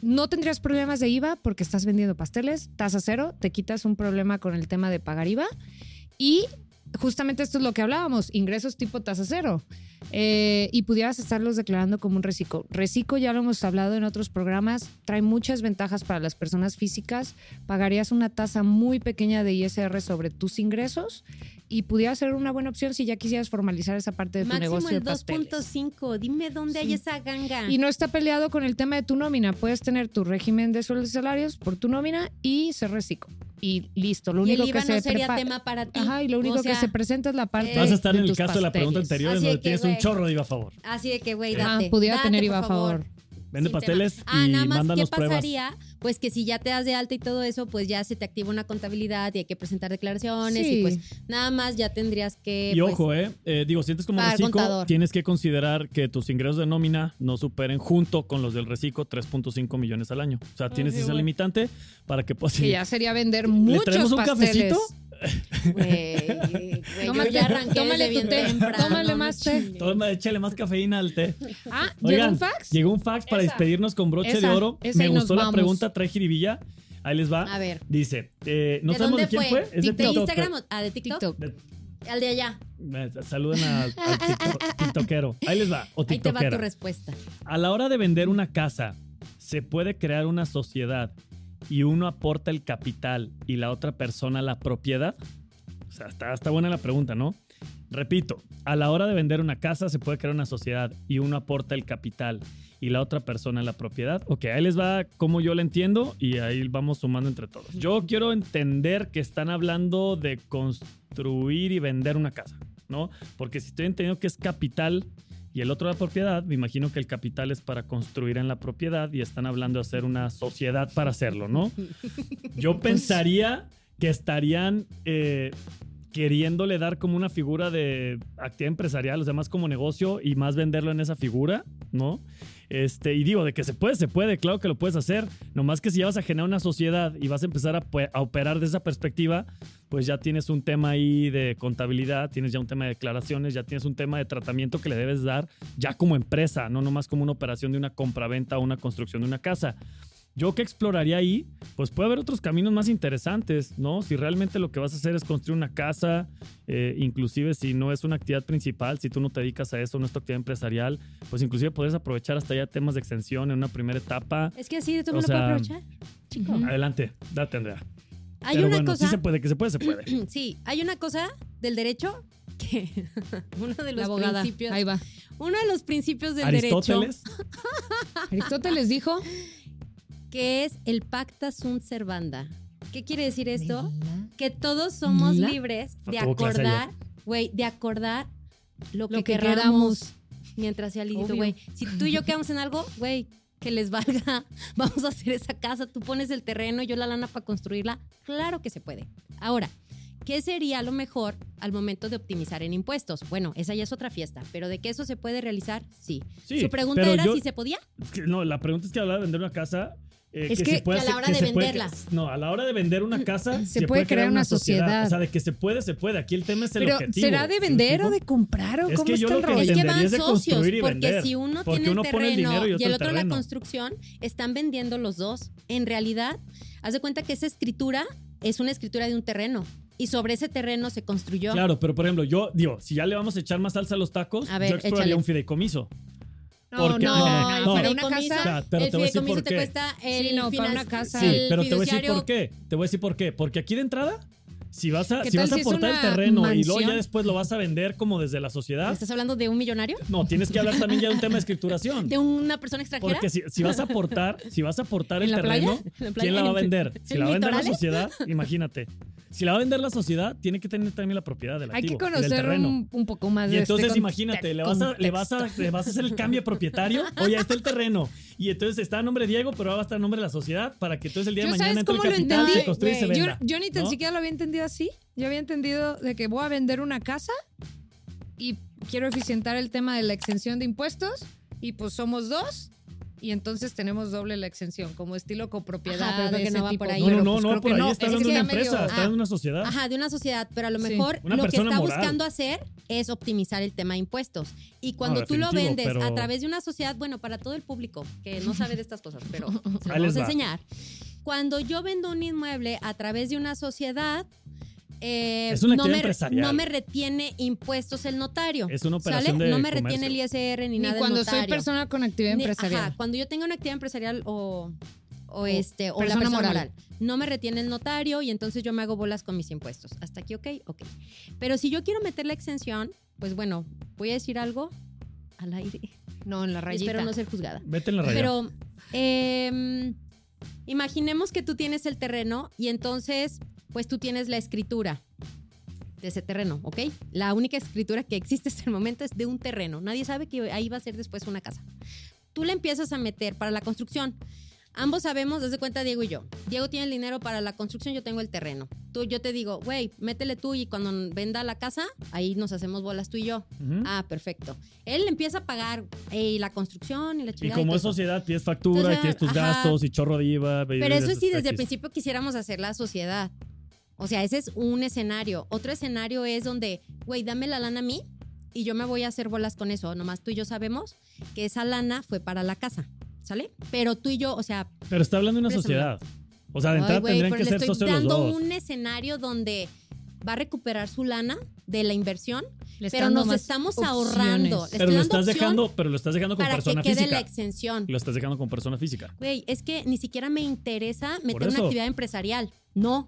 no tendrías problemas de IVA porque estás vendiendo pasteles, tasa cero, te quitas un problema con el tema de pagar IVA y justamente esto es lo que hablábamos, ingresos tipo tasa cero. Eh, y pudieras estarlos declarando como un reciclo. Reciclo ya lo hemos hablado en otros programas, trae muchas ventajas para las personas físicas, pagarías una tasa muy pequeña de ISR sobre tus ingresos y pudiera ser una buena opción si ya quisieras formalizar esa parte de tu máximo negocio de el pasteles. 2.5. Dime dónde hay Sí. esa ganga. Y no está peleado con el tema de tu nómina. Puedes tener tu régimen de sueldos y salarios por tu nómina y ser reciclo. Y listo. Lo Y el único IVA que se no sería prepa- tema para ti. Ajá, y lo único O sea, eh, que se presenta es la parte. Vas a estar de en el tus caso de la pregunta pasteles. anterior, en Así donde de que, tienes un güey. chorro de IVA a favor. Así de que, güey, Ah, date. pudiera date, tener por IVA a favor. Vende Sin pasteles tema. Ah, y nada más, ¿qué mándanos pruebas. pasaría? Pues que si ya te das de alta y todo eso, pues ya se te activa una contabilidad y hay que presentar declaraciones Sí. y pues nada más ya tendrías que... Y pues, ojo, eh, eh, digo, sientes como pagar reciclo, contador. tienes que considerar que tus ingresos de nómina no superen junto con los del reciclo 3.5 millones al año. Ah, O sea, tienes sí, esa güey. limitante para que puedas... Que ya sería vender muchos traemos un pasteles. cafecito? Güey, güey, Tómale- yo ya arranqué tómale desde tu bien té, temprano, tómale no más té. chingues. Toma, échale más cafeína al té. Ah, ¿llegó Oigan, un fax? Llegó un fax para Esa. despedirnos con broche Esa, de oro. esa Me y nos gustó la vamos. pregunta, trae jiribilla. Ahí les va. A ver, Dice, eh, no ¿de sabemos dónde de quién fue. fue? ¿De TikTok, Instagram o ah, de TikTok? TikTok. Al de allá. pero- eh, saluden a- al tiktok- tiktokero. Ahí les va. O Ahí te va tu tiktokera. respuesta. A la hora de vender una casa, se puede crear una sociedad y uno aporta el capital y la otra persona la propiedad. O sea, está, está buena la pregunta, ¿no? Repito, a la hora de vender una casa se puede crear una sociedad y uno aporta el capital y la otra persona la propiedad. Ok, ahí les va como yo la entiendo y ahí vamos sumando entre todos. Yo quiero entender que están hablando de construir y vender una casa, ¿no? Porque si estoy entendiendo que es capital y el otro la propiedad, me imagino que el capital es para construir en la propiedad y están hablando de hacer una sociedad para hacerlo, ¿no? Yo pensaría que estarían eh, queriéndole dar como una figura de actividad empresarial, o sea, más como negocio y más venderlo en esa figura, ¿no? Este, y digo, de que se puede, se puede, claro que lo puedes hacer, nomás que si ya vas a generar una sociedad y vas a empezar a, pue- a operar de esa perspectiva, pues ya tienes un tema ahí de contabilidad, tienes ya un tema de declaraciones, ya tienes un tema de tratamiento que le debes dar ya como empresa, no nomás como una operación de una compraventa o una construcción de una casa. Yo que exploraría ahí, pues puede haber otros caminos más interesantes, ¿no? Si realmente lo que vas a hacer es construir una casa, eh, inclusive si no es una actividad principal, si tú no te dedicas a eso, no es tu actividad empresarial, pues inclusive podrías aprovechar hasta ya temas de extensión en una primera etapa. Es que así de tú O me lo puedo sea, aprovechar, chico. ujú. Adelante, date, Andrea. Hay Pero una bueno, cosa... sí se puede, que se puede, se puede. Sí, hay una cosa del derecho que uno de La los abogada. principios, Ahí va. uno de los principios del Aristóteles. Aristóteles dijo. derecho que es el pacta sunt servanda. ¿Qué quiere decir esto? Que todos somos Mira. libres de Tuvo clase acordar, güey, de acordar lo, Lo que, que queramos mientras sea lícito, Obvio. güey. Si tú y yo quedamos en algo, güey, que les valga, vamos a hacer esa casa, tú pones el terreno, yo la lana para construirla, claro que se puede. Ahora, ¿qué sería lo mejor al momento de optimizar en impuestos? Bueno, esa ya es otra fiesta, pero de que eso se puede realizar, sí. Sí, Su pregunta pero era yo- si se podía. Es que No, la pregunta es que hablaba de vender una casa eh, Es que- se puede que a la hacer- hora que de se puede- venderla. no, a la hora de vender una casa. Se puede crear una sociedad. O sea, de que se puede, se puede. Aquí el tema es el Pero, objetivo. ¿será de ¿sí me vender o explico? de comprar o Es cómo que yo está el lo que rollo? Es que entendería van es de socios, construir y porque vender, si uno porque tiene uno el pone el terreno dinero y y, otro el el otro la terreno. construcción, están vendiendo los dos. En realidad, haz de cuenta que esa escritura es una escritura de un terreno y sobre ese terreno se construyó. Claro, pero por ejemplo, yo digo, si ya le vamos a echar más salsa a los tacos, A ver, yo exploraría échale. un fideicomiso. No, porque- no, no, no, no. para una Fideicomiso, O casa. sea, pero Ah, el te voy a decir fideicomiso por te qué. cuesta el Sí, no, para finan- una casa. Sí, el pero te voy a decir fiduciario- por qué. Te voy a decir por qué. Porque aquí de entrada, si vas a, ¿Qué si tal vas a si es aportar una el terreno y luego ya mansión? después lo vas a vender como desde la sociedad, ¿Estás hablando de un millonario? no, tienes que hablar también ya de un tema de escrituración. ¿De una persona extranjera? Porque si, si vas a aportar, si vas a aportar ¿En el la terreno, playa? ¿En la playa? ¿quién la va a ¿En- vender? Si en la va a vender la litorales? sociedad, imagínate. Si la va a vender la sociedad, tiene que tener también la propiedad del Hay que activo, del conocer terreno. un, un poco más Y de entonces este imagínate, le vas, a, le, vas a, le vas a hacer el cambio de propietario. Oye, ahí está el terreno. Y entonces está a nombre de Diego, pero ahora va a estar a nombre de la sociedad para que entonces el día de ¿Yo mañana sabes entre el cómo lo capital, entendí? se construya y se Yo, venda. yo ni tan ¿no? siquiera lo había entendido así. Yo había entendido de que voy a vender una casa y quiero eficientar el tema de la exención de impuestos y pues somos dos y entonces tenemos doble la exención, como estilo copropiedad. Ajá, pero creo de que ese no va tipo. por ahí. No, Pero, no, no, pues, creo no, por que ahí no, está es hablando que de ya una medio- empresa, está ah, hablando de una sociedad. Ajá, de una sociedad, pero a lo Sí. mejor Una lo que persona está moral. buscando hacer es optimizar el tema de impuestos. Y cuando No, tú lo definitivo, vendes a pero- través de una sociedad, bueno, para todo el público que no sabe de estas cosas, pero se las Ahí les vamos a va. enseñar. Cuando yo vendo un inmueble a través de una sociedad, eh, Es una no, actividad me, empresarial. no me retiene impuestos el notario. Es una ¿Sale? operación de no me comercio. retiene el ISR ni, Ni nada el cuando soy notario. persona con actividad Ni- empresarial. ajá, cuando yo tenga una actividad empresarial o, o, este, o la persona persona moral. moral. no me retiene el notario y entonces yo me hago bolas con mis impuestos. Hasta aquí, ok, ok. Pero si yo quiero meter la exención, pues bueno, voy a decir algo al aire. No, en la y rayita. Espero no ser juzgada. Vete en la raya. Pero eh, imaginemos que tú tienes el terreno y entonces, pues tú tienes la escritura de ese terreno, ¿ok? La única escritura que existe hasta el momento es de un terreno. Nadie sabe que ahí va a ser después una casa. Tú le empiezas a meter para la construcción. Ambos sabemos, desde cuenta Diego y yo. Diego tiene el dinero para la construcción, yo tengo el terreno. Tú, yo te digo, güey, métele tú y cuando venda la casa, ahí nos hacemos bolas tú y yo. Ujú. Ah, perfecto. Él empieza a pagar eh, la construcción y la y chingada. como todo es eso. sociedad, tienes factura, Entonces, y tienes tus ajá. gastos y chorro de IVA. Pero eso sí, desde el principio quisiéramos hacer la sociedad. O sea, ese es un escenario. Otro escenario es donde, güey, dame la lana a mí y yo me voy a hacer bolas con eso. Nomás tú y yo sabemos que esa lana fue para la casa, ¿sale? Pero tú y yo, o sea, Pero está hablando de una Préstame. sociedad. O sea, de ay, entrada güey, tendrían pero que le ser estoy socios los dando dos. un escenario donde va a recuperar su lana de la inversión, Le está pero dando nos más estamos opciones. ahorrando. Le Pero lo estoy dando estás opción dejando, pero lo estás dejando con para que persona quede la física. exención. Lo estás dejando con persona física. Güey, es que ni siquiera me interesa meter una eso. actividad empresarial. No.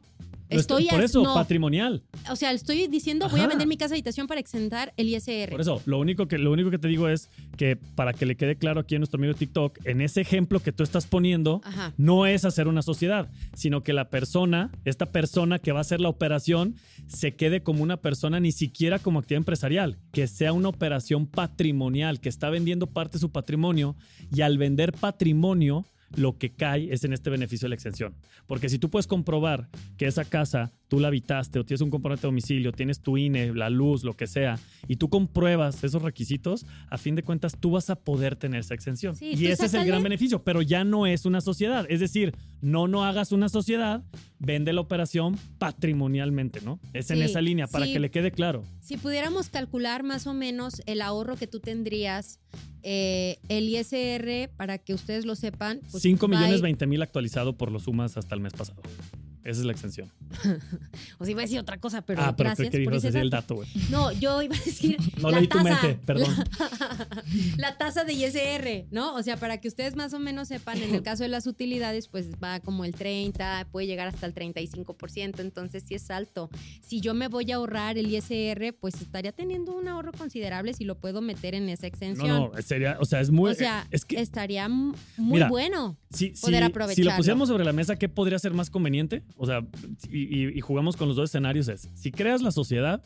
Lo est- Estoy por a- eso, no. patrimonial. O sea, estoy diciendo, voy a Ajá. vender mi casa habitación para exentar el ISR. Por eso, lo único, que, lo único que te digo es que para que le quede claro aquí a nuestro amigo de TikTok, en ese ejemplo que tú estás poniendo, Ajá. no es hacer una sociedad, sino que la persona, esta persona que va a hacer la operación, se quede como una persona ni siquiera como actividad empresarial, que sea una operación patrimonial, que está vendiendo parte de su patrimonio y al vender patrimonio lo que cae es en este beneficio de la exención. Porque si tú puedes comprobar que esa casa tú la habitaste o tienes un comprobante de domicilio, tienes tu INE, la luz, lo que sea, y tú compruebas esos requisitos, a fin de cuentas tú vas a poder tener esa exención. Sí, tú y ese es el sácale- gran beneficio, pero ya no es una sociedad. Es decir, no, no hagas una sociedad, vende la operación patrimonialmente, ¿no? Es en Sí, esa línea, para sí. que le quede claro. Si pudiéramos calcular más o menos el ahorro que tú tendrías, eh, el ISR, para que ustedes lo sepan. pues, 5 va millones a- 20 mil actualizado por los sumas hasta el mes pasado. Esa es la exención. O sea, iba a decir otra cosa, pero ah, pero creo gracias que por ibas a ese decir el dato, dato. güey. No, yo iba a decir No la leí tu tasa. mente, perdón. la tasa de ISR, ¿no? O sea, para que ustedes más o menos sepan, en el caso de las utilidades, pues va como el 30, puede llegar hasta el 35%, entonces sí es alto. Si yo me voy a ahorrar el ISR, pues estaría teniendo un ahorro considerable si lo puedo meter en esa exención. No, no, sería, o sea, es muy. o sea, es que estaría m- muy Mira, bueno. si, si- poder si aprovecharlo. lo pusiéramos sobre la mesa, ¿qué podría ser más conveniente? O sea, y, y- y jugamos con los dos escenarios: es si creas la sociedad,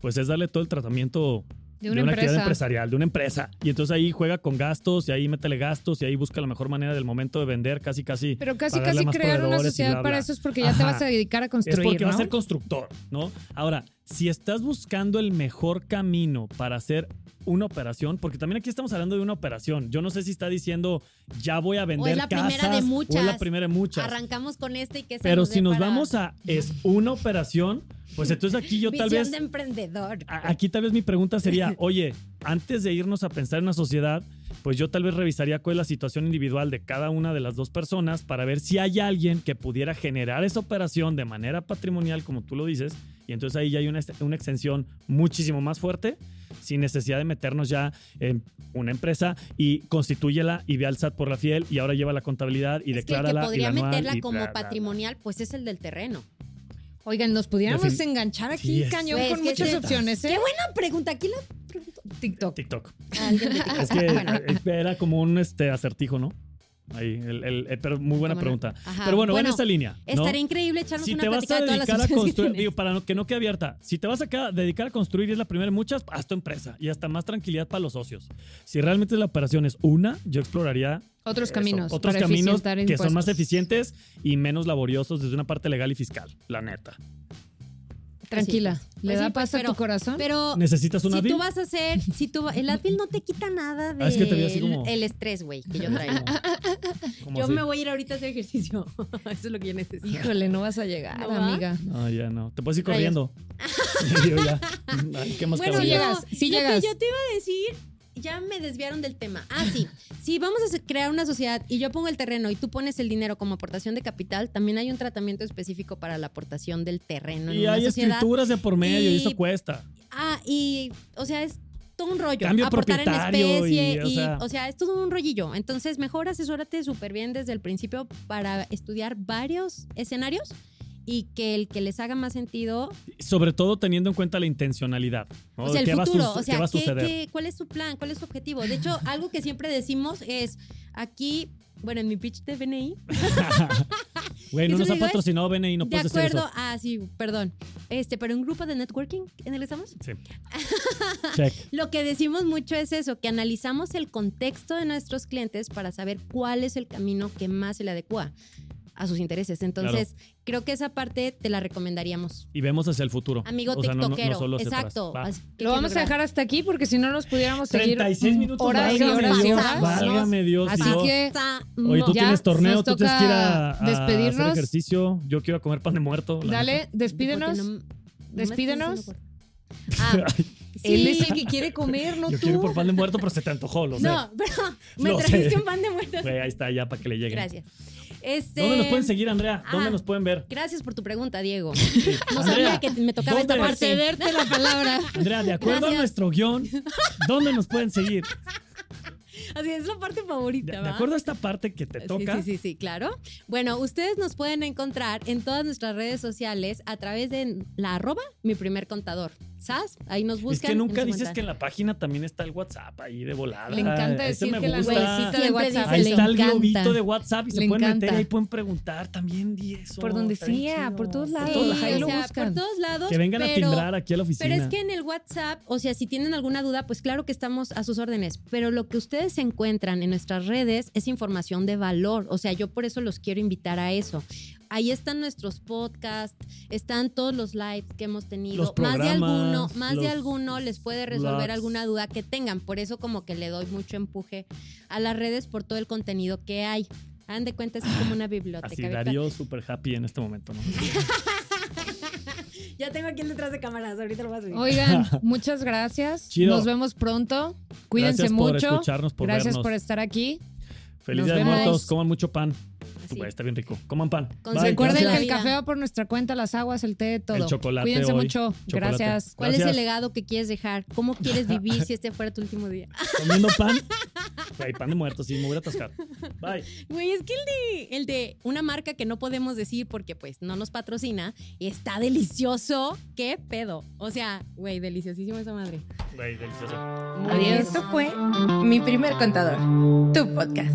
pues es darle todo el tratamiento De una, actividad empresa. empresarial, de una empresa. Y entonces ahí juega con gastos y ahí métele gastos y ahí busca la mejor manera del momento de vender casi, casi. Pero casi, pagarle casi más crear una proveedores y sociedad bla, para bla. eso es porque ya te Ajá. vas a dedicar a Es construir, porque ¿no? va a ser constructor, ¿no? Ahora, si estás buscando el mejor camino para hacer una operación, porque también aquí estamos hablando de una operación. Yo no sé si está diciendo ya voy a vender la casas, primera de o muchas. es la primera de muchas. Arrancamos con este y que se Pero si dé nos para vamos a es una operación, pues entonces aquí yo tal visión vez Ah, de emprendedor. a- aquí tal vez mi pregunta sería, oye, antes de irnos a pensar en una sociedad, pues yo tal vez revisaría cuál es la situación individual de cada una de las dos personas para ver si hay alguien que pudiera generar esa operación de manera patrimonial, como tú lo dices, y entonces ahí ya hay una, ex- una extensión muchísimo más fuerte, sin necesidad de meternos ya en una empresa y constitúyela y ve al SAT por la fiel y ahora lleva la contabilidad y Es que el declara que la podría anual meterla y como bla, bla, bla. patrimonial, pues es el del terreno. Oigan, nos pudiéramos Defin- enganchar Sí, aquí es- cañón Pues, con ¿qué muchas es esto? opciones, ¿eh? Qué buena pregunta. Aquí la TikTok. TikTok. Ah, alguien de TikTok. Es que Bueno, eh, era como un este, acertijo, ¿no? Ahí, el- el- eh, pero muy buena ¿Cómo no? pregunta. Ajá, Pero bueno, bueno, va en esta línea. ¿no? Estaría increíble echarnos Si una te vas a plática de todas dedicar las a opciones que construir, tienes. digo, para no- que no quede abierta, si te vas a ca- dedicar a construir y es la primera de muchas, haz tu empresa y hasta más tranquilidad para los socios. Si realmente la operación es una, yo exploraría Otros eso, caminos. otros para caminos que eficientar son más impuestos. eficientes y menos laboriosos desde una parte legal y fiscal, la neta. Tranquila. Pues ¿Le sí, da pues, paz a pero- tu corazón? Pero ¿Necesitas una Oh, si DIL? tú vas a hacer, si tú, va- el Advil no te quita nada del Ah, es que te vi así como- el estrés, güey, que yo traigo. ¿Cómo Yo así? me voy a ir ahorita a hacer ejercicio. Eso es lo que yo necesito. Híjole, no vas a llegar, ¿No va? amiga. No, ya no. Te puedes ir Rayos. corriendo. Y yo ya. Ay, ¿Qué más Bueno, cabrón? Sí no, llegas, sí lo llegas. que yo te iba a decir, ya me desviaron del tema. Ah, sí. Si vamos a se- crear una sociedad y yo pongo el terreno y tú pones el dinero como aportación de capital, también hay un tratamiento específico para la aportación del terreno en Y una hay sociedad. escrituras de por medio y, y- eso cuesta. Ah, y, o sea, es todo un rollo. Cambio Aportar en propietario especie y, o sea- o sea, es todo un rollillo. Entonces, mejor asesórate súper bien desde el principio para estudiar varios escenarios y que el que les haga más sentido Sobre todo teniendo en cuenta la intencionalidad. ¿no? O sea, el Oh, ¿Qué va a futuro, su- o sea, qué va a ¿qué- suceder? qué- cuál es su plan? ¿Cuál es su objetivo? De hecho, algo que siempre decimos es, aquí, bueno, en mi pitch de BNI, Güey, Eso no nos te ha digo, es- patrocinado BNI, no de puedes decir acuerdo eso. a, sí, perdón, este, pero un grupo de networking en el que estamos, Sí. Check. lo que decimos mucho es eso, que analizamos el contexto de nuestros clientes para saber cuál es el camino que más se le adecua a sus intereses. Entonces, creo que esa parte te la recomendaríamos. Y vemos hacia el futuro. Amigo O sea, no- no- no tiktokero, solo hacia exacto. atrás. Va. Así que Lo vamos lograr. a dejar hasta aquí porque si no nos pudiéramos seguir 36 mm, minutos. horas y válgame horas y Dios, horas. Válgame Dios. Así Dios. que Oye, tú Ya tienes torneo, nos tú tienes que ir a, toca a hacer despedirnos. ejercicio. Yo quiero comer pan de muerto. la Dale, despídenos. Porque no- no me despídenos. estoy diciendo por- neta. Ah, sí. Él es el que quiere comer, no Yo tú. quiero ir por pan de muerto, pero se te antojó, lo sé. No, pero me Lo trajiste sé. un pan de muertos. Güey, ahí está, ya para que le llegue. Gracias. Este, ¿Dónde nos pueden seguir, Andrea? ¿Dónde Ah. nos pueden ver? Gracias por tu pregunta, Diego. No Andrea, sabía que me tocaba ¿dónde? esta Por parte. cederte la palabra. Andrea, de acuerdo a Gracias. nuestro guión, ¿dónde nos pueden seguir? Así es la parte De, favorita, de ¿va? acuerdo a esta parte que te Sí, toca, Sí, sí, sí, claro. Bueno, ustedes nos pueden encontrar en todas nuestras redes sociales a través de la arroba mi primer contador. ¿Sas? Ahí nos es buscan. que nunca y nos dices que encuentran. en la página también está el WhatsApp ahí de volada. Le encanta Ese decir me que la gusta. güeycita de Siempre WhatsApp. Ahí le está el encanta. globito de WhatsApp y se Le pueden meter encanta. ahí, pueden preguntar también di eso. Por donde está bien sea, chido. por todos lados. Sí, Ahí o lo sea, buscan. por todos lados. Que vengan a pero- timbrar aquí a la oficina. Pero es que en el WhatsApp, o sea, si tienen alguna duda, pues claro que estamos a sus órdenes. Pero lo que ustedes encuentran en nuestras redes es información de valor. O sea, yo por eso los quiero invitar a eso. Ahí están nuestros podcasts, están todos los lives que hemos tenido. Los más de programas, alguno, más los de alguno les puede resolver blogs. alguna duda que tengan. Por eso como que le doy mucho empuje a las redes por todo el contenido que hay. Hagan de cuenta, es como una biblioteca. Ah, Así, virtual. Darío súper happy en este momento, ¿no? Ya tengo aquí el detrás de cámaras, ahorita lo voy a subir. Oigan, muchas gracias. Chido. Nos vemos pronto. Cuídense Gracias por mucho. escucharnos, por gracias vernos. por estar aquí. Feliz Nos Día de vemos. Muertos, coman mucho pan. Así. Está bien rico. Coman pan. Con- Bye, Recuerden gracias. que el Vida. café va por nuestra cuenta, las aguas, el té, todo. El chocolate Cuídense hoy. mucho. Chocolate. Gracias. ¿Cuál es Gracias. el legado que quieres dejar? ¿Cómo quieres vivir si este fuera tu último día? Comiendo pan. Güey, pan de muerto, sí, me voy a atascar. Bye. Güey, es que el de, el de una marca que no podemos decir porque pues no nos patrocina, está delicioso. ¿Qué pedo? O sea, güey, deliciosísimo esa madre. Güey, delicioso. Adiós. Esto fue Mi Primer Contador, tu podcast.